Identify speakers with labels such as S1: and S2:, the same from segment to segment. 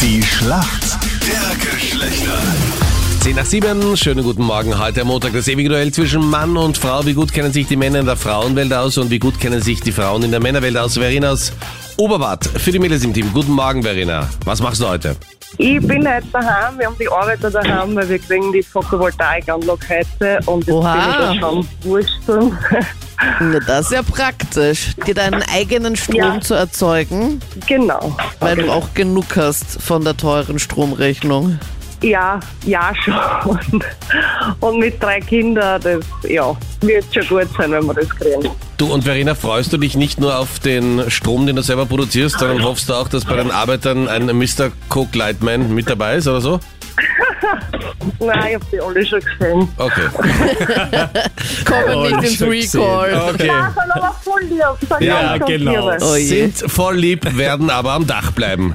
S1: Die Schlacht der Geschlechter.
S2: 10 nach 7, schönen guten Morgen. Heute am Montag das ewige Duell zwischen Mann und Frau. Wie gut kennen sich die Männer in der Frauenwelt aus und wie gut kennen sich die Frauen in der Männerwelt aus? Verena aus Oberwart für die Mädels im Team. Guten Morgen, Verena. Was machst du heute?
S3: Ich bin heute daheim, wir haben die Arbeiter daheim, weil wir kriegen die Photovoltaikanlage heute und jetzt
S4: Oha.
S3: bin ich da schon wursteln.
S4: Na, das ist ja praktisch, dir deinen eigenen Strom
S3: Ja.
S4: zu erzeugen,
S3: genau.
S4: weil du auch genug hast von der teuren Stromrechnung.
S3: Ja, ja schon. Und mit drei Kindern, das ja, wird schon gut sein, wenn wir das kriegen.
S2: Du und Verena, freust du dich nicht nur auf den Strom, den du selber produzierst, sondern hoffst du auch, dass bei den Arbeitern ein Mr. Coke Lightman mit dabei ist oder so?
S3: Nein, ich habe die alle schon gesehen.
S2: Okay.
S4: Kommen
S5: Oh,
S4: nicht ins
S5: schon gesehen.
S4: Recall.
S2: Okay.
S3: Dann aber voll lieb. Sag
S5: Ja,
S3: ich schon
S5: genau.
S3: Tiere.
S4: Oh je.
S2: Sind voll lieb, werden aber am Dach bleiben.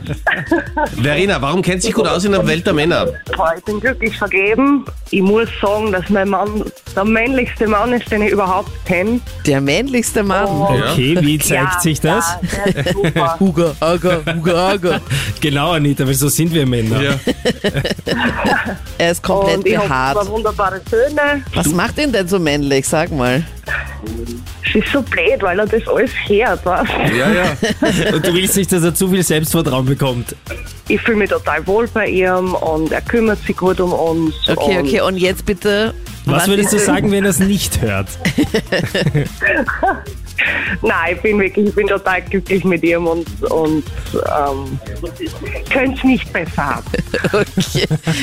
S2: Verena, warum kennst du dich gut aus in der Welt der Männer?
S3: Boah, ich bin glücklich vergeben. Ich muss sagen, dass mein Mann der männlichste Mann ist, den ich überhaupt kenne.
S4: Der männlichste Mann.
S3: Oh.
S5: Okay, wie zeigt sich das?
S3: Ja, der ist super.
S4: Huga, aga, huga, aga.
S5: Genau, Anita, weil so sind wir Männer.
S2: Ja.
S4: Er ist komplett
S3: Und ich habe zwei
S4: behaart.
S3: wunderbare Söhne.
S4: Was macht ihn denn so männlich? Sag mal.
S3: Es ist so blöd, weil er das alles hört. weißt?
S2: Ja, ja.
S5: Und du willst nicht, dass er zu viel Selbstvertrauen bekommt.
S3: Ich fühle mich total wohl bei ihm und er kümmert sich gut um uns.
S4: Okay,
S3: und
S4: okay, und jetzt bitte.
S5: Was, würdest du
S4: ist denn-
S5: sagen, wenn er es nicht hört?
S3: Nein, ich bin wirklich, ich bin total glücklich mit ihm und, und ähm, könnte es nicht besser haben.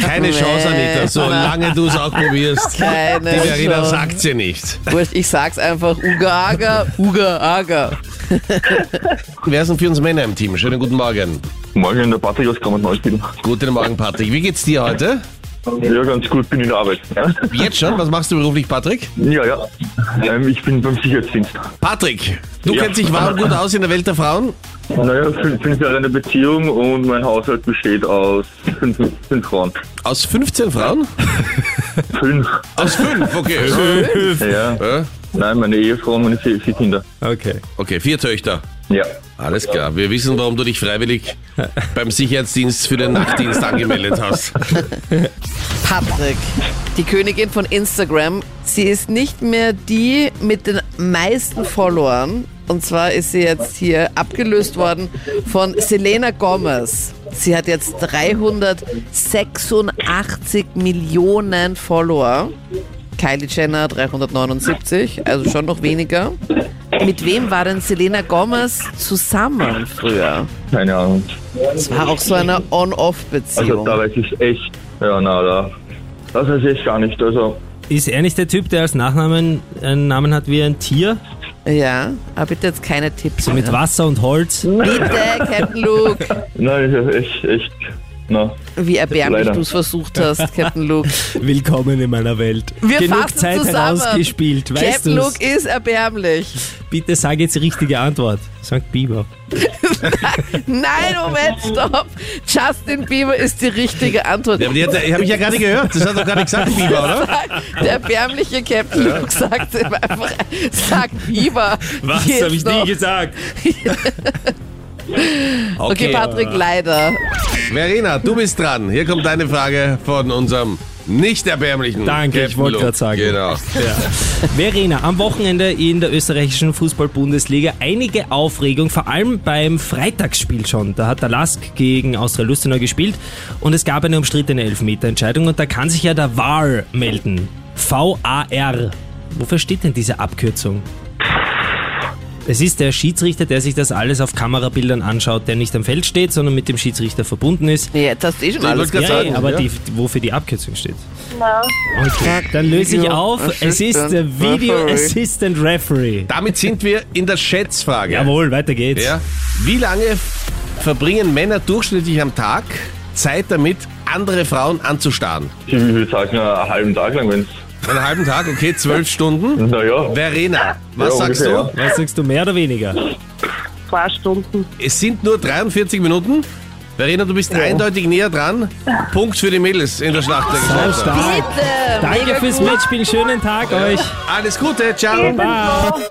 S2: Keine Chance, Anita, solange du es auch probierst.
S4: Keine
S2: Die Verena
S4: Chance.
S2: sagt sie nicht.
S4: Wurscht, ich sag's einfach. Uga, aga, uga, aga.
S2: Wer sind für uns Männer im Team? Schönen guten Morgen.
S6: Morgen, der Patrick aus Kammern spielen.
S2: Guten Morgen, Patrick. Wie geht's dir heute?
S6: Ja, ganz gut, bin in der Arbeit. Ja,
S2: Jetzt schon? Was machst du beruflich, Patrick?
S6: ja. ja. Ähm, ich bin beim Sicherheitsdienst.
S2: Patrick, du
S6: Ja.
S2: kennst dich warm gut aus in der Welt der Frauen?
S6: Naja, fünf, fünf Jahre in der Beziehung und mein Haushalt besteht aus fünf, fünf Frauen.
S2: Aus 15 Frauen?
S6: Fünf.
S2: Aus 5, okay.
S6: Ja.
S2: Äh,
S6: Nein, meine Ehefrau und meine vier, vier Kinder.
S5: Okay.
S2: Okay, vier Töchter.
S6: Ja.
S2: Alles klar. Wir wissen, warum du dich freiwillig beim Sicherheitsdienst für den Nachtdienst angemeldet hast.
S4: Patrick, die Königin von Instagram. Sie ist nicht mehr die mit den meisten Followern. Und zwar ist sie jetzt hier abgelöst worden von Selena Gomez. Sie hat jetzt 386 Millionen Follower. Kylie Jenner 379, also schon noch weniger. Mit wem war denn Selena Gomez zusammen früher?
S6: Keine Ahnung.
S4: Es war auch so eine
S6: Also
S4: On-Off-Beziehung.
S6: da weiß ich echt. Ja, na, da. Das weiß ich echt gar nicht. Also,
S5: Ist er nicht der Typ, der als Nachnamen einen Namen hat wie ein Tier?
S4: Ja, aber bitte jetzt keine Tipps.
S6: Also
S5: So mit
S4: mehr.
S5: Wasser und Holz?
S4: Bitte, Captain Luke.
S6: nein, ist echt, echt. Na.
S4: Wie erbärmlich
S6: Leider.
S4: du es versucht hast, Captain Luke.
S5: Willkommen in meiner Welt.
S4: Wir
S5: Genug
S4: fassen
S5: Zeit
S4: zusammen.
S5: herausgespielt, weißt
S4: Captain
S5: du?
S4: Luke ist erbärmlich.
S5: Bitte sag jetzt die richtige Antwort. St. Bieber.
S4: Nein, Moment, stopp. Justin Bieber ist die richtige Antwort.
S2: Ja, aber die hat- die habe ich ja gar nicht gehört. Das hat doch gar nicht gesagt, Biber, oder?
S4: Der erbärmliche Captain Luke sagt ihm einfach, sag Bieber.
S5: Was
S4: Jetzt
S5: habe ich nie
S4: noch.
S5: gesagt?
S4: Okay, Patrick, leider.
S2: Verena, du bist dran. Hier kommt deine Frage von unserem nicht erbärmlichen.
S5: Danke, ich
S2: Captain
S5: wollte
S2: Luke.
S5: gerade sagen.
S2: Genau.
S5: Verena, am Wochenende in der österreichischen Fußball-Bundesliga einige Aufregung, vor allem beim Freitagsspiel schon. Da hat der Lask gegen Austria Lustenau gespielt und es gab eine umstrittene Elfmeterentscheidung und da kann sich ja der VAR melden. V-A-R. Wofür steht denn diese Abkürzung? Es ist der Schiedsrichter, der sich das alles auf Kamerabildern anschaut, der nicht am Feld steht, sondern mit dem Schiedsrichter verbunden ist.
S4: Ja, Jetzt hast du eh schon
S2: Ich
S4: alles.
S2: wollte gerade
S5: Ja,
S2: sagen.
S5: ja, aber
S2: ja.
S5: die, wofür die Abkürzung steht. Okay, dann löse ich
S4: Video
S5: auf. Es ist der
S4: Assistant
S5: Video
S4: Referee.
S5: Assistant Referee.
S2: Damit sind wir in der Schätzfrage.
S5: Jawohl, weiter geht's.
S2: Ja. Wie lange f- verbringen Männer durchschnittlich am Tag Zeit damit, andere Frauen anzustarren?
S6: Ich würde sagen, einen halben Tag lang, wenn's.
S2: Einen halben Tag, okay, zwölf Stunden.
S6: Naja.
S2: Verena, was
S6: Ja,
S2: sagst
S6: ungefähr,
S2: du?
S5: Was sagst du, mehr oder weniger?
S3: Zwei Stunden.
S2: Es sind nur 43 Minuten. Verena, du bist eindeutig näher dran. Punkt für die Mädels in der Schlacht der Geschlechter.
S5: Bitte! Danke fürs Mitspielen, schönen Tag euch.
S2: Alles Gute, ciao.
S5: Bye.